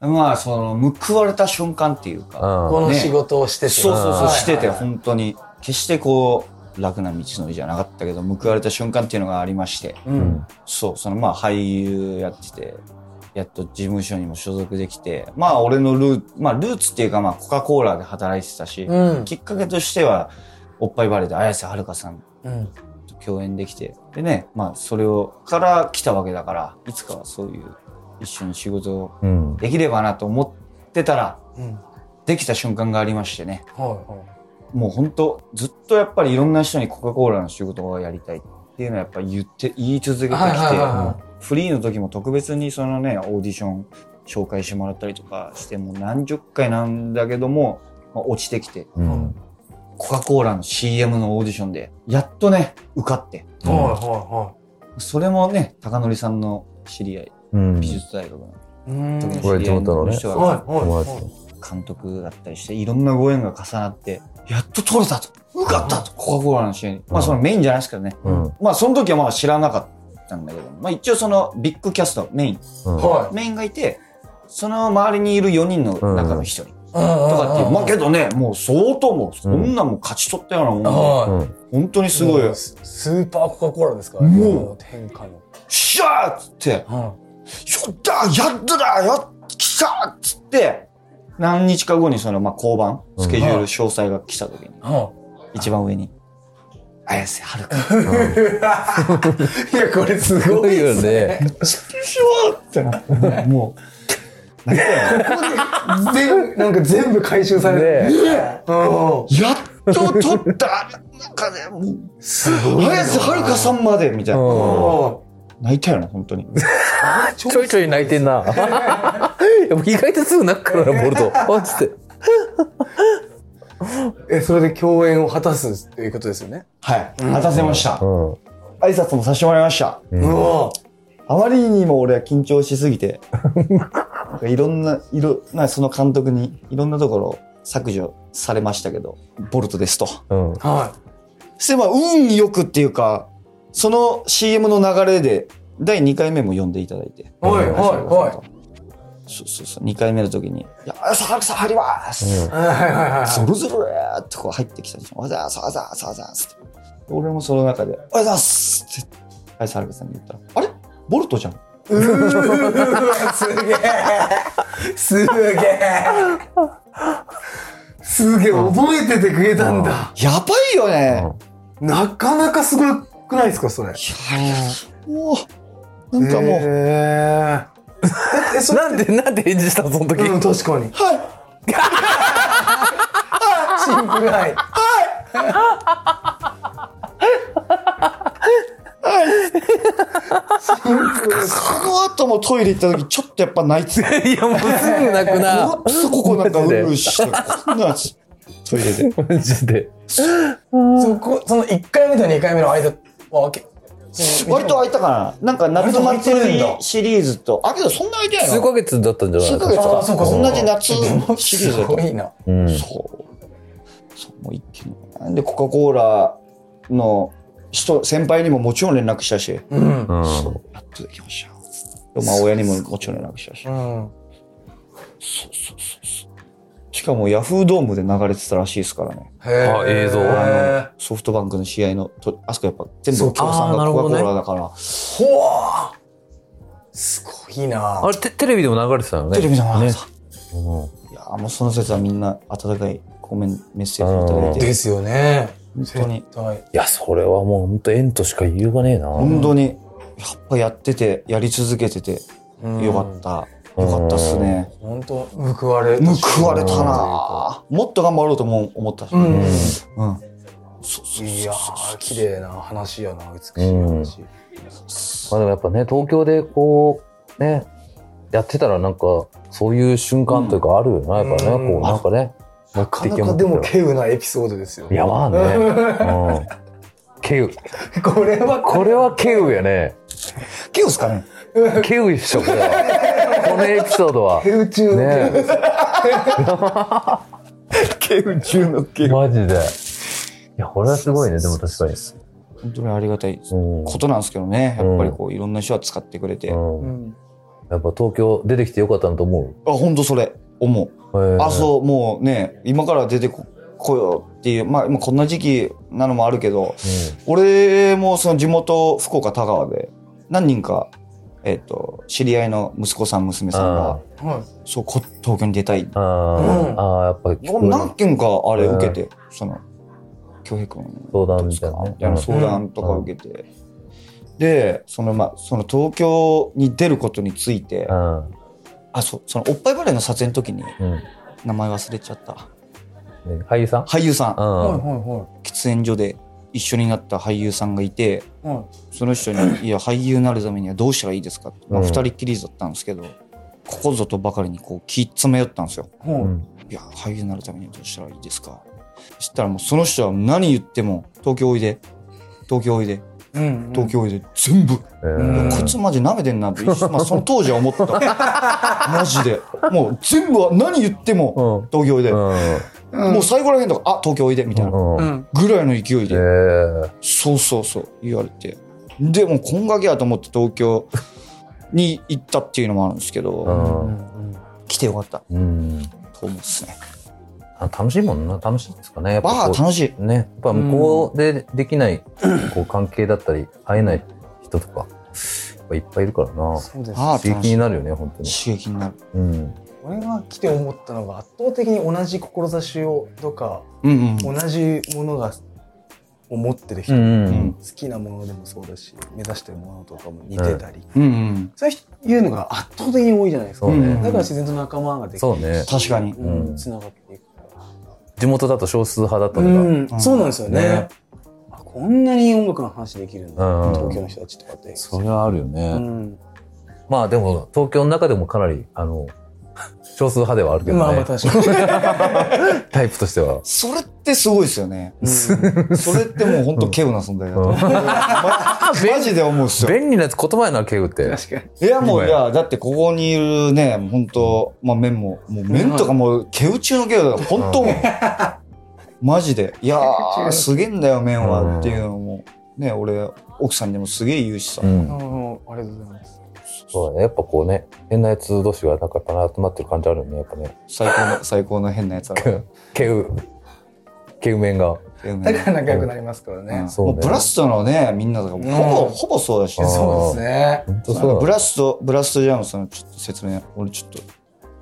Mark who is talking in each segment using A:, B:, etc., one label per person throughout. A: まあ、その、報われた瞬間っていうか、
B: この仕事をしてて、
A: そうそう
B: は
A: そ、
B: いうはい
A: してて、本当に、決してこう、楽な道のりじゃなかったけど、報われた瞬間っていうのがありまして、
B: うん
A: そう、そのまあ俳優やってて、やっと事務所にも所属できて、まあ俺のルーツ、まあルーツっていうかまあコカ・コーラで働いてたし、
B: うん
A: きっかけとしては、おっぱいバレーで綾瀬はるかさん
B: うん
A: と共演できて、でね、まあそれを、から来たわけだから、いつかはそういう一緒に仕事を
C: うん。
A: できればなと思ってたら、
B: うん
A: できた瞬間がありましてね、
B: は
A: もう本当ずっとやっぱりいろんな人にコカ・コーラの仕事をやりたいっていうのはやっぱ言って、言い続けてきて、
B: はいはいはいは
A: フリーの時も特別にそのね、オーディション紹介してもらったりとかして、もう何十回なんだけども、まあ落ちてきて、
C: うん。
A: コカ・コーラの CM のオーディションで、やっとね、受かって。
B: いはいは
A: それもね、高則さんの知り合い、
C: うん。
A: 美術大学の
B: いはいうん
A: 時の
C: こ
A: 知
C: れ
A: り合いの人が
B: はいはい
C: も
B: は
C: ら
B: い
C: って
A: 監督だったりして、いろんなご縁が重なって、やっと取れたと受かったとコカ・コーラの CM に。まあそのメインじゃないですけどね。
C: うん。
A: まあその時はまだ知らなかったんだけど、まあ一応そのビッグキャスト、メイン、
B: はい
A: メインがいて、その周りにいる4人の中の1人と
B: と
A: かっていう、まあけどね、もう相当もう、そんなもう勝ち取ったようなもんで、
B: は
C: う
B: い
C: ん。
A: 本当にすごいよ
B: もう、ススーパーコカ・コーラですからね
A: もう
B: 今の天下の
A: シャーっつって、よっだやっただやっ来たっつって、何日か後にその、まあ、交番、スケジュール詳細が来た時に、
B: は
A: 一番上に、綾瀬はるか。
B: いいやこれすごいですね
A: もう、
B: 全なんか全部回収されてうん
A: やっと取ったなんかね、もう、
B: すごいな
A: 綾瀬はるかさんまでみたいな。
B: う
A: 泣いたよね、本当に。
C: ちょいちょい泣いてんな。でも意外とすぐ泣くからな、ボルト。あ、つって。
B: んえそれで共演を果たすっていうことですよね
A: はい。果たせました
C: う。ん。
A: 挨拶もさせてもらいました。
B: うわ
A: あまりにも俺は緊張しすぎ て、なんかいろんな、いろ、なその監督にいろんなところ削除されましたけど、ボルトですと。
C: うん。
B: は
A: して、まあ、運よくっていうか、その CM の流れで、第2回目も呼んでいただいて。
B: いはいは
A: そうそうそう、2回目の時に、いや、朝原さん入ります、
B: いはいはいはいはい
A: ゾロゾロやーってこう入ってきたでしょ。わざわざわざわざわざわざって。俺もその中で、おはようございますって、アイスハルカさんに言ったら、あれボルトじゃん。
B: すげえすげえすげえ覚えててくれたんだ
A: やばいよね。
B: なかなかすごくないですかそれ
A: もう、なんかもう、
B: ええそれ
C: なんで、なんで返事したの、その時。
B: うん確かに
A: は
B: シンプル愛
A: い、その後もトイレ行った時、ちょっとやっぱ泣いてた。
C: いや、もうすぐ泣くな。
A: こそここなんかうるうる して、こんなんしトイレで。
C: マジで。
B: そこその1回目と2回目の間はあけそ の
A: 割と開いたかななんか夏祭りシリーズと、あ、けどそんな開いてない
C: 数
A: の
C: ヶ月だったんじゃない
A: 数
C: の
A: ヶ月
B: あ
A: か。
B: ーそうかそうか
A: 同じ夏シリーズ
B: す
A: だった
B: ご。いな
C: うん。
A: そう。そう、もう一気に。で、コカ・コーラの人、先輩にももちろん連絡したし、
B: うん
C: うん
A: そう、やっとできましたよ。でまあ、親にももちろん連絡したし
B: う。ん
A: しかも、ヤフードームで流れてたらしいですからね。
B: へー
C: あ映像
B: へ
A: ソフトバンクの試合のと、あそこやっぱ全
B: そう
A: 部共産
C: あーな
A: が
C: るほ
A: コ
C: ど
A: カ・
C: ね
A: コーラだから、
B: ーほわーすごいな
C: あれテ、テレビでも流れてたのね。
A: テレビじゃないです
C: ね。うん
A: いやーもうその説はみんな温かいコメント、メッセージをいただいて、
B: ですよね
A: 本当に、
B: 絶対
C: いや、それはもう本当縁としか言いようがねえな。
A: 本当に、やっぱやってて、やり続けてて、
B: うん
A: よかった。よかったっすね。
B: 本当報われ
A: 報われたなぁもっと頑張ろうとも思ったし、
B: うん
C: うん
A: うんそうそうそう
B: いやー綺麗な話やな美しい
C: うん
B: 話
C: まあでもやっぱね、東京でこう、ね、やってたらなんか、そういう瞬間というかあるよな、やっぱね、
B: うん
C: こう、なんかね、
B: なかなかでも稀有なエピソードですよ
C: いやまあね。うん。ケウ。
B: これは
C: これはケウやね。
A: ケウスかね
C: ケウでしょ、これは。このエピソードは。
B: 稀有中の稀有
C: ね
B: です
A: ケウ中のケ
C: マジで。いや、これはすごいね、でも確かに。
A: 本当にありがたい
C: うん。
A: ことなんですけどねやっぱりこういろんな人が使ってくれて、
C: うん
B: うん
C: やっぱ東京出てきてよかったなと思
A: あ、本当それ、思う。
C: う。へー
A: あ、そう、もうね、今から出てここようっていう、まあ、今こんな時期なのもあるけど、俺もその地元、福岡田川で、何人か、えっ、と、知り合いの息子さん、娘さん
C: あ
A: が
C: ー、
B: はい。
A: そう、こ東京に出たい。
C: うん。あ
B: う
C: ー
B: ん
C: あー、やっぱり聞こえる
A: 何件かあれ受けて、その、京平君
C: 相
A: ど
C: 談
A: うで
C: み
A: す
C: たいな
A: か
C: ね
A: み。たいな
C: うん
A: 相談とか受けて。で、その、まあ、その東京に出ることについて、あ、そう、その、おっぱいバレーの撮影の時に、
C: うん。
A: 名前忘れちゃった。
C: うんね俳優さん
A: 俳優さん。
B: は
C: う
B: い
C: ん。
B: は
A: 喫煙所で一緒になった俳優さんがいて
B: いはい。はい。
A: その人に「いや俳優になるためにはどうしたらいいですか?」って、まあ、
C: うん
A: 2人きりだったんですけど、ここぞとばかりにこう気詰め寄ったんですよ
B: はい
C: うん
A: 「いや俳優になるためにはどうしたらいいですか?」そしたらもうその人は何言っても「東京おいで東京おいで
B: うんうん。
A: 東京おいで」全部、
C: え
B: う
A: こい
C: ー
A: つマジ舐めてんなって、一瞬まあ、その当時は 思ったマジでもう全部は何言っても
C: う
A: 「
C: ん。
A: 東京おいで」
C: う。
A: もう最後らへんとか「あ東京おいで」みたいなん
C: う。
B: うんん。
A: ぐらいの勢い
C: え
A: で
C: ー
A: そうそうそう言われてでもうこんがけやと思って東京に行ったっていうのもあるんですけど、
C: うん
A: 来てよかった
C: うん。
A: と思うっすね
C: あ楽しいもんな。楽しいですかね。やっぱ
A: バ
C: こう
A: ー楽しい
C: ね、やっぱ向こうでできない、こう関係だったり、会えない人とか、やっぱいっぱいいるからな。
B: そうです。
A: バー
C: 刺
A: 楽し
C: 激に
A: い
C: なるよね、本当に。
A: 刺激になる
C: うん。
B: 俺が来て思ったのが圧倒的に同じ志をとか
A: うんうん
B: 同じものがを持って
C: う
B: る人、好
C: んう
A: うん
C: ん。
B: きなものでもそうだし目指してるものとかも似てたり、
A: うんうん
B: そういうのが圧倒的に多いじゃないですか、
C: そう
A: うん
C: ね。
B: だから自然と仲間ができ
C: そうね。
A: 確かに
B: う、
C: うんん
B: つながっていくから
C: 地元だと少数派だった
B: う
C: の
B: ん、そうなんですよね
C: ね
B: あこんなに音楽の話できるんだ、
C: が。う
B: 東京
C: ん。
B: の人たちとかって
C: それはあるよ
B: う
C: ね。
B: ん、
C: まあでも、東京の中でもかなり、あの、少数派ではあるけ
B: ま
C: ど
B: あまあ
C: ね。
B: 確かに、
C: タイプとしては。
A: それってすごいですよね
B: うん
A: それってもうほんと稀有な存在だと、
C: うん
A: まマジで思うっすよ
C: 便利なやつ言葉やな、敬語って。
B: 確かに
A: いやもう
C: 今や
A: いやだってここにいるねほんと、まあ、麺ももう麺とかもう稀有中の稀有だからほんともうマジで。いや
B: 違
A: ー、
B: う
A: すげえんだよ、麺
C: うん
A: は。っていうのも、ね、俺、奥さんにもすげえ言うしさ
C: う。
B: あ
C: ん。
B: のありがとうございます
C: そうだね。やっぱこうね、変なやつ同士がなんかやっぱ集まってる感じあるよね、やっぱね。
A: 最高の、最高の変なやつある。
C: けう、けう面が。
B: だから仲良くなりますから
A: ね
B: ね、、
C: そうね
A: もうブラストのね、みんなとか、ほ
B: ん
A: ぼ、ほぼそうだしね。
C: ん
B: そうですね
C: 本当
A: なん
C: そう
A: か
C: だ
A: ブラスト、ブラストジャムさんのちょっと説明、俺ちょっと、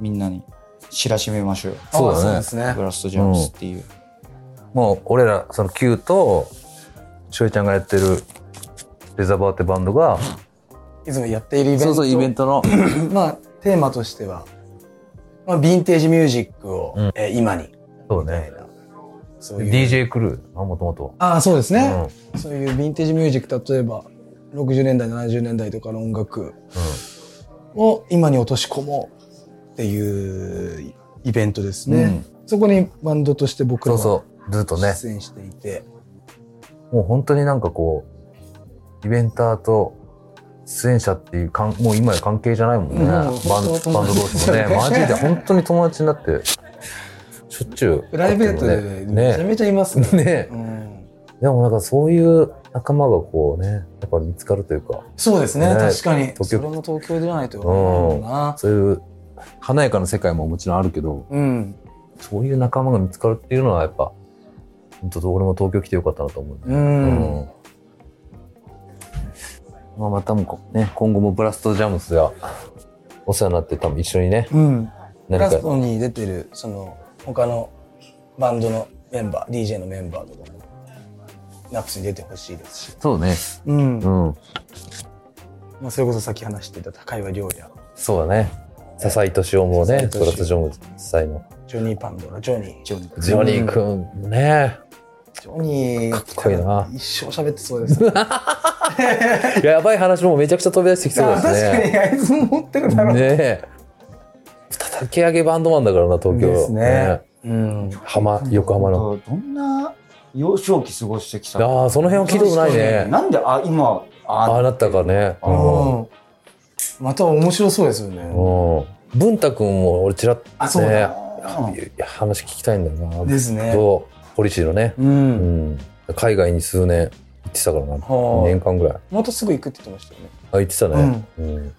A: みんなに知らしめましょうよ。
C: そうだね
B: あですね
A: ブラストジャムスっていう。
C: もう俺らその Q としおりちゃんがやってるレザーバーってバンドが
B: いつもやっているイベント
C: トの
B: まあテーマとしては、まあ、ヴィンテージミュージックを、
C: うん
B: えー今に
C: そう
B: みたい
C: ね
B: なそういう
C: DJ クルーもともと
B: ああそうですね、そういうヴィンテージミュージック例えば60年代70年代とかの音楽を今に落とし込もうっていうイベントですね、そこにバンドとして僕
C: そ
B: ら
C: う
B: は
C: そうずっとね
B: 出演していて、
C: もう本当になんかこうイベンターと出演者っていうかんもう今や関係じゃないもんね
B: うん
C: バンバンド
B: 本当
C: 同士も ね
B: 友
C: マ
B: 達
C: ジで本当に友達になってしょっちゅう
B: プライベートでめちゃ
C: ね
B: めちゃいますね
C: ね
B: うん、
C: でもなんかそういう仲間がこうねやっぱ見つかるというか
B: そうですね
C: ね
B: 確かに
C: 東京
B: それも東京でないと分からないもんな
C: そういう華やかな世界ももちろんあるけど
B: うん
C: そういう仲間が見つかるっていうのはやっぱ本当俺も東京来てよかったなと思う、
B: う、
C: うんまあ、またもこね今後もブラストジャムスがお世話になって多分一緒にね
B: うん、
C: 何
B: ラ
C: か
B: ストに出てるその他のバンドのメンバー DJ のメンバーとかもナップスに出てほしいですし、
C: そうね
B: うん
C: うん
B: まあ、それこそさっき話していた高岩亮や
C: そうだね笹井敏夫もね
B: 笹井敏夫
C: ブラストジャムス祭の
B: ジョニー・パンドラジョニー
A: ジョニー
C: ジョニー君ね
B: ジョニー
C: かっこいいな
B: 一生喋ってそうですね
C: いややばい話もめちゃくちゃ飛び出してき そうで
B: 確
C: すね
B: かにあいつ持ってるだろう、
C: ねえ叩き上げバンドマンだからな東京
B: ですねうん
C: 浜横浜の
A: どんな幼少期過ごしてきた
C: ああその辺は聞いたことないね
A: なんで、あ、今、
C: ああ
A: あ、
C: なったかね
A: う
B: うんまた面白そうですよね
C: うん文太君も俺ちらっと
B: あそう
C: ね
B: だ
C: いや話聞きたいんだよな
B: ですね
C: そうポリシーのね
B: う
C: うんん海外に数年行ってたからな
B: はあ
C: 2年間ぐらいあ
B: またすぐ行くって言ってましたよね
C: 行ってたねうん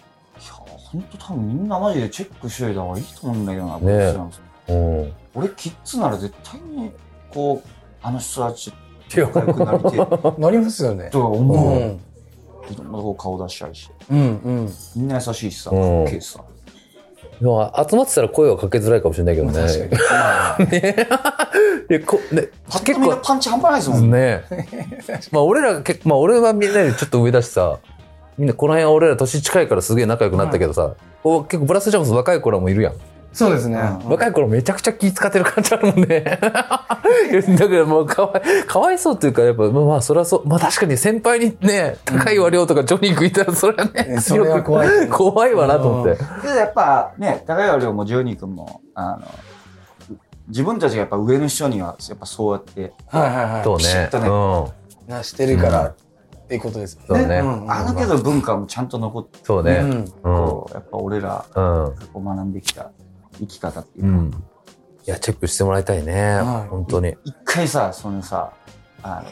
A: 本当多分みんなマジでチェックしといた方がいいと思うんだけどな、
C: ね
A: こいつらも
C: うん。い
A: 俺キッズなら絶対にこうあの人たち
C: や、
A: 仲良くなりてえ
B: なりますよね。
A: とは
B: う
A: 思う、
B: ん。
A: こう顔出したりして
B: うんうん。
A: みんな優しいしさ、
C: うん
A: ケースさ
C: まあ集まってたら声はかけづらいかもしれないけど
B: まあ確
C: ね。
A: まあ
C: でこね
A: パッと
C: 結
A: 見の
C: 構
A: パンチ半端ないですもんね
C: ね。まあ俺ら結まあ俺はみんなよりちょっと上だしさ、みんなこの辺は俺ら年近いからすげえ仲良くなったけどさ、こう結構ブラスジャムス若い頃もいるやん。
B: そうですね。
A: うん
C: 若い頃めちゃくちゃ気使ってる感じあるもんね。だからもうかわい、かわいそうっていうか、やっぱ、まあまあ、それはそう、まあ確かに先輩にね、高い割量とかジョニー君いたら、それはね、
B: それは怖い
C: 強 く怖いわなと思って。
A: けどやっぱね高岩亮もジョニー君もあの自分たちがやっぱ上の人にはやっぱそうやって
B: はいはいはい。
C: そう
A: ピシ
C: ね
A: ッ。とね
C: う
B: なしてるから、っていうことですよ
C: そうね
B: んん
A: あだけど文化もちゃんと残って
C: ん。そうね。
B: うん
C: うん。
A: こうやっぱ俺ら
C: うん。
A: こう学んできた生き方っていう
C: う
A: か、
C: ん。いや、チェックしてもらいたいね。
B: はい
C: 本当に。
A: 一回さそのさあの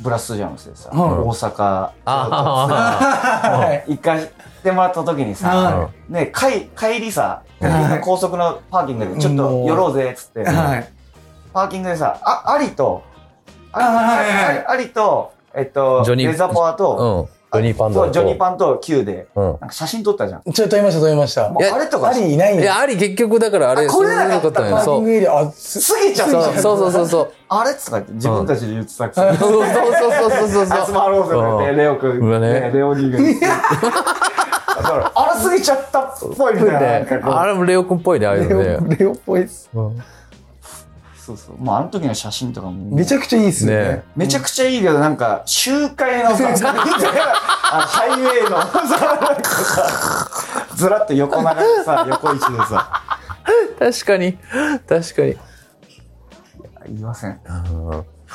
A: ブラスジャムスでさ、
B: うん
A: 大阪
C: あ
B: はい
A: 一回してもらった時に
C: あ
A: さ、
B: は
A: ね帰帰りさ、
B: はい
A: 高速のパーキングでちょっと寄ろうぜっつって、
B: はい。
A: パーキングでさあありとあ
B: あはいはい
A: あありとえっと
C: ジョニー
A: レザポア
C: うん。
A: と、
C: うん。ジョニーパンダ
A: そう
C: と
A: ジョニーパンと Q で
C: うん。
A: なんか写真撮ったじゃん。
B: ちょっと撮りました、撮りました
A: も。う
C: いや
A: あれとか
B: ありいない
C: い
B: んで
C: や、あり結局だからあれ、
A: あ来れなかった
C: そういうこと
B: パ
C: よ
B: ーキ
C: そ
B: ン
C: う
B: グエリア、あ、す
A: 過ぎちゃっ
C: そう
A: た
C: そうそうそうそう。
A: あれとか言って自分たちで言ってたくせに
C: そうそうそうそうそう
A: 集
C: そう。
A: まろうぜって
C: うん
A: レオ君、
C: うわね
A: ね、レオニーが言ってだからあれ過ぎちゃったっぽいみたいななんかこう
C: あれもレオ君っぽいね、ああいう
B: レ
C: の
B: オ
C: ね。
B: レオっぽいです。
A: そうそうもうあの時の写真とかも
B: めちゃくちゃいいですよ
C: ね
B: ね。
A: めちゃくちゃいいけどなんか集会のさあハイウェイのさなんかさずらっと横長でさ横一でさ
C: 確かに。確かに。
A: 言いません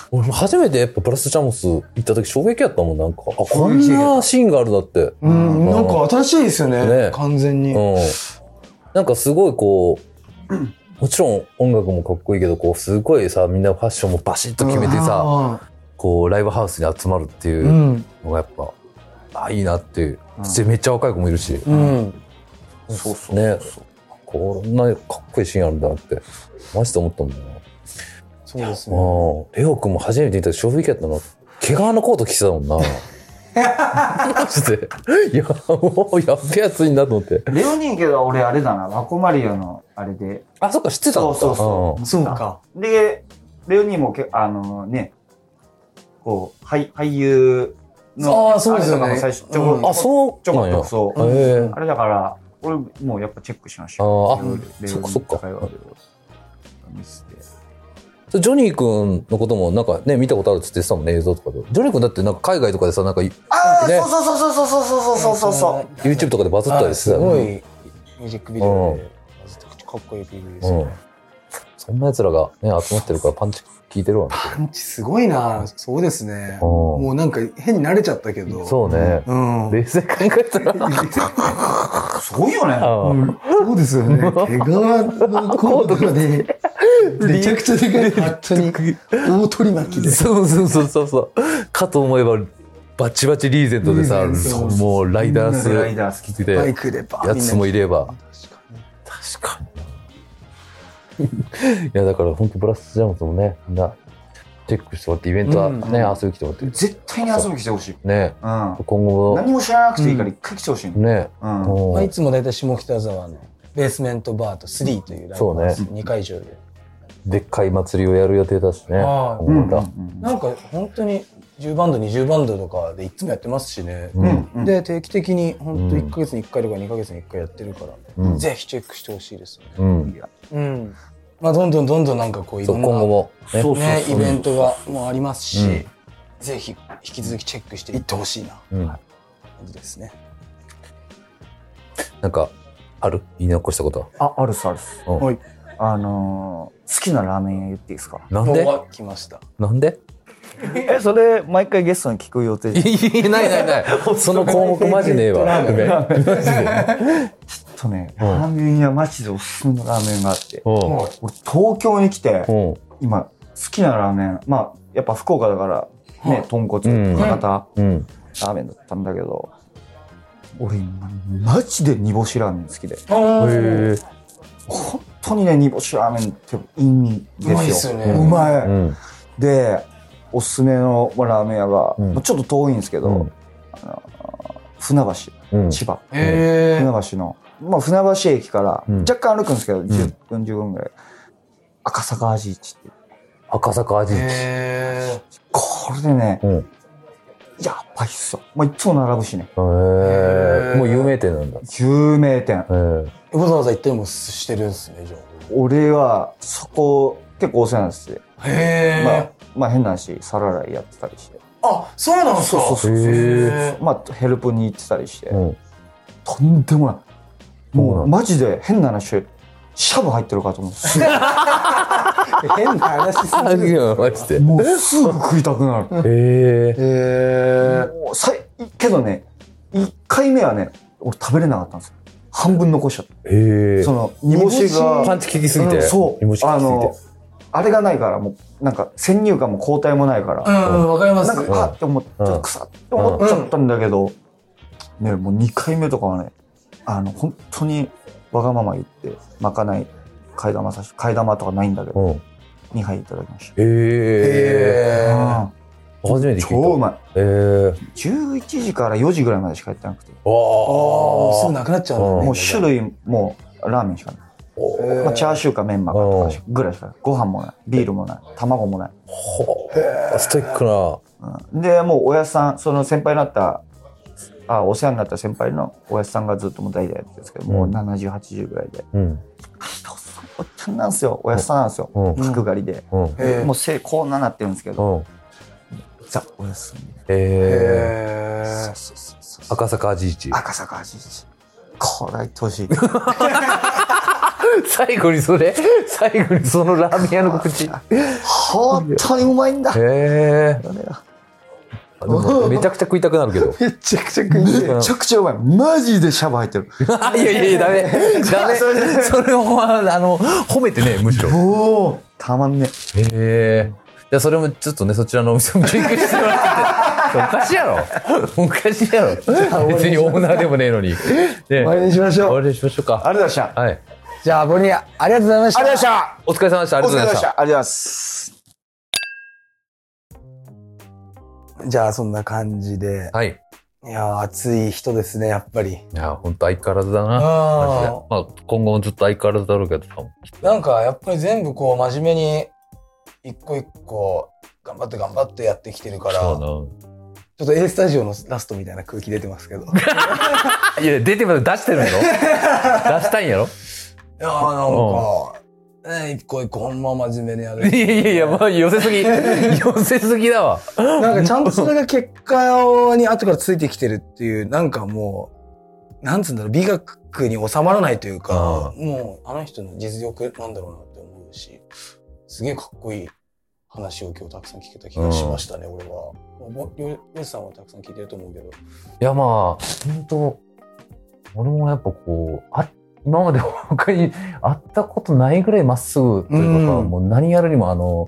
C: 俺も初めてやっぱプラスチャモス行った時衝撃やったもん、なんか。あ、こんなシーンがあるだって。
B: うん、なんか新しいですよ
C: ね
B: ね。完全に。
C: うん。なんかすごいこう、もちろん音楽もかっこいいけど、こう、すごいさ、みんなファッションもバシッと決めてさ、
B: あ
C: こう、ライブハウスに集まるってい
B: ーう。
C: うんのがやっぱ、あ、いいなっていう。でめっちゃ若い子もいるし。
B: うん。
A: そうそう
C: ね。こんなかっこいいシーンあるんだなって、マジで思ったんだよな。
B: そうです
C: うん
B: ね。
C: レオ君も初めて見た時衝撃やったな。毛皮のコート着てたもんな。マジで。いや、もうやっべやついんだと思って。
A: レオニーけど俺あれだなワコマリオのあれで
C: あ、そっか、知ってた
A: そ
C: の
A: う
C: か。
A: そうそう
B: そうか。
A: で、レオニーもけ、あのね、こう、俳俳優の、
B: あーそうですよね
A: あれとかも最初、ちょこ、
B: う
C: うんあ、そう
A: ちょこっ
C: なんや
A: と、。そうう。
B: ん
C: へえ
A: あれだから、俺もうやっぱチェックしました
C: あ
A: よ。
C: ーあ
A: レオニー
C: そっかそっか
A: レオニーの会話を見せて
C: そうジョニー君のこともなんかね、見たことあるっつって言ってたもんね、映像とかで。ジョニー君だってなんか海外とかでさ、なんかい
A: ああ、
C: ね
A: そうそうそうそうそうそうそうそうそう。
C: YouTube とかでバズったりして
B: す
C: たよ
B: ごい
C: ね。
B: ミュージックビデオで、めちゃくちゃかっこいいビデオです
C: う
B: よ
C: ん
B: ね。。
C: そんな奴らがね、集まってるからパンチ効いてるわ。
B: パンチすごいな。そうですね。
C: うん
B: もうなんか変に慣れちゃったけど。
C: そうね。
B: うん。
C: 冷静に考えたら。
A: すごいよね。
C: うん
B: そうで すよね。毛皮のコートがね、めちゃくちゃでかい。本当に、大取り巻きで。
C: そうそうそうそうそう。かと思えば、バチバチリーゼントでさ
B: リー、ゼント
C: そうもうライダー
A: スライ
C: ス
A: ダー好き
C: 着て
B: バイ
C: て、
B: クでバー
C: やつもいれば。
B: 確かに。
C: 確かに。いや、だから本当ブラスジャムスもね、みんな、チェックしてもらって、イベントは
B: うん
C: ね、遊び来てもらって。
A: 絶対に遊びに来てほしい。
C: ね、
A: うん。
C: 今後
A: 何も知らなくていいから一回来てほしいの。
C: も、ね、
A: うん。
C: もう
B: まあ、いつも大体下北沢のベースメントバーと3というライブハウス
C: そう
B: 2会場で。
C: でっかい祭りをやる予定だしね。
B: はい
A: うん
C: 今
A: うんう
C: 後ま
A: ん
B: なんか本当に10バンド20バンドとかでいつもやってますしね。
C: うん
A: うんうん
B: で定期的に本当
C: うん
B: 1ヶ月に1回とか2ヶ月に1回やってるから、
C: うん
B: ぜひチェックしてほしいですよね。
C: たうん。
A: いや
B: うん。まあどんどんどんどんなんかこうい
C: そ
B: ろ
C: う、
B: ん
C: 今
B: な
C: 後も。ね
A: そう
B: ね、イベントがもうありますし、
C: うん
B: ぜひ引き続きチェックしていってほしいな
C: うん
B: 感じですね。
C: なんか、ある言い残したことは。
A: あ、あるっすあるっす。
C: うん
B: はい
A: あのー好きなラーメン屋言っていいですか
C: なんで
B: お来ました。
C: なんで
A: え、それ、毎回ゲストに聞く予定
C: いやいやないないない。 その項目マジねえわ。
B: フェイ
C: うん
A: ちょっとね、
C: うん
A: ラーメン屋マジでおすすめのラーメンがあって。
C: うん
A: 俺、東京に来て、
C: うん。
A: 今、好きなラーメン、まあ、やっぱ福岡だから、ね、豚骨、
C: うん
A: 博多ラ
C: うん。
A: ーメンだったんだけど、俺今マジで煮干しラーメン好きで
C: へ
A: 本当にね煮干しラーメンっていいんですよ
B: うまいっすよね
A: うまい
C: え。うん。
A: でおすすめのまあラーメン屋が、
C: うん
A: まあちょっと遠いんですけど、
C: うん
A: 船橋
C: うん。
A: 千葉、
B: えー。
A: 船橋の、まあ、船橋駅から
C: うん
A: 若干歩くんですけど、10分15分ぐらい赤坂味市っていう
C: 赤坂味。
B: え
A: これでね、
C: うん。へ
A: やっぱりっすよ、まあ、いつも並ぶしね
C: え
B: へ。え
C: もう有名店なんだ。へ
A: 有名店
C: え。
B: ー。わざわざ行ったりもしてるんですね、じゃ
A: 俺はそこ結構お世話なんですよ
B: あ。へ
A: まあ、まあ変な話皿洗いやってたりして
B: あ、そうなんですか
A: そうそう
C: そう
B: へー
A: まあヘルプに行ってたりして、
C: うん。
A: とんでもない
C: そう
A: も
C: な
A: うんマジで変な話シャブ入ってるかと思うすぐ
B: 変な話す
C: あ、いや、マジで。
A: もうすぐ食いたくなる
C: へえ。
B: へ
A: もうさいけどね1回目はね俺食べれなかったんですよ半分残しちゃっ
C: へ
A: た
C: え
A: そ。の煮干しが
C: パンチ効きすぎて。
A: うんそう
C: 気持ち効
A: あ
C: きすぎて
A: の。あれがないからもうなんか先入観も交代もないから、
B: うん、わかりま
A: なん
B: す。
A: かパッて思っちゃ
C: う
A: っ
C: ん
A: くさって思っちゃったんだけど、ねもう2回目とかはねあの本当にわがまま言ってまかない替え玉さし替え玉とかないんだけど、
C: うん。
A: 2杯いただきまし
C: へえ。
A: た、
B: へー
C: 初め
A: うん
C: て聞いた。
A: 超うまい
C: へえ。
A: 11時から4時ぐらいまでしかやってなくて
C: ああ。
B: ああ、もうすぐ
C: な。
B: なくなっちゃうんだね。
A: もう種類もラーメンしかない
B: へー
A: まあ、チャーシューかメンマかとかしぐらいしかないご飯もないビールもない卵もない、
C: ほうストイックな。
A: うん、でもうおやじさんその先輩になったあお世話になった先輩のおやじさんがずっともう代々やってるんですけど、もう
C: うん
A: 7080ぐらいで
C: うん。
A: おっちゃんなんですよおやじさんなんですよ
C: うん。
A: 角刈りで、
C: うん。
B: へー
A: もう成功ななってるんですけど
C: うん。
A: ザおやじさんみたい
C: へえ。
B: へ
A: な
B: ー
A: そうそうそうそう
C: 赤坂味一。
A: 赤坂味一これは行ってほしい
C: 最後にそれ最後にそのラーメン屋の口へ
A: 本当にうまいんだ
C: え
A: これは
C: めちゃくちゃ食いたくなるけど
A: めちゃくちゃ食いてえめちゃくちゃうまいマジでシャバ入ってる
C: いやいやいやダメ ダメ
A: それ
C: それをあの褒めてねむしろへ
A: おおたまんね
C: えじゃあそれもちょっとねそちらのお店もチェックして もらっておかしいやろおかしいやろ別にオーナーでもねえのにね
B: 終わりにしまし
C: 終
B: ょう。
C: わりにしましょう
A: あ
C: か
A: りがとうございましたあ
C: はい
B: じゃあ、ボニー、ありがとうございました。
A: りがとうございました
C: お疲れ様でしたあり
A: お
C: が
A: 疲
C: と
A: れ
C: うご
A: 様
C: ざいま
A: で
C: し
A: したたありがとうございます
B: じゃあ、そんな感じで。
C: はいい
B: いやー、暑い人ですね、やっぱり。
C: や本当相変わらずだなマジで
B: あ
C: まあ今後もずっと相変わらずだろうけど多分
B: あ。なんか、やっぱり全部こう、真面目に、一個一個、頑張って頑張ってやってきてるから、ち
C: そ
B: ょ
C: うな
B: っと A スタジオのラストみたいな空気出てま すけど。い
C: いや、出てます出してるんやろ出したいんやろ
B: やー、なんか、ね、一個一個、ほんま真面目にやる。
C: いやいやいや、まあ、寄せす ぎ。寄せすぎだわ。
B: なんかちゃんとそれが結果に後からついてきてるっていう、なんかもう、なんつうんだろう、美学に収まらないというか、もうあの人の実力なんだろうなって思うし、すげえかっこいい話を今日たくさん聞けた気がしましたね、俺は。もうよよしさんはたくさん聞いてると思うけど。
C: いや、まあ、本当俺もやっぱこう、あ、今まで他に会ったことないぐらいまっすぐというかさ、
B: うん
C: もう何やるにもあの、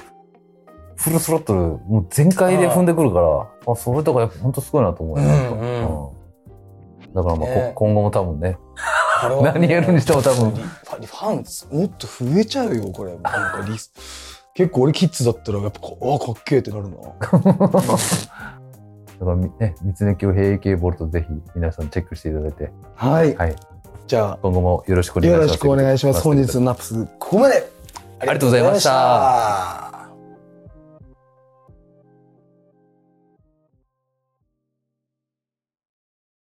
C: フルスロットル、もう全開で踏んでくるから、あそれとかやっぱ本当すごいなと思うよ、
B: うん
C: うんだからまあ、こ
B: ね
C: 今後も多分ね、
B: これはもう
C: 何やるにしても多分
B: リ、ファリファン、もっと増えちゃうよ、これ。なんかリス結構俺キッズだったら、やっぱこう、あかっけえってなるな。
C: だからみね、三つ根京平均ボルトぜひ皆さんチェックしていただいて、
B: はい。
C: はい。
B: じゃあ、
C: 今後もよろしくお願いし
B: よ
C: ます。
B: ろしくお願いします。本日のナップス、ここまで
C: ありがとうございました
B: ありがとうございました。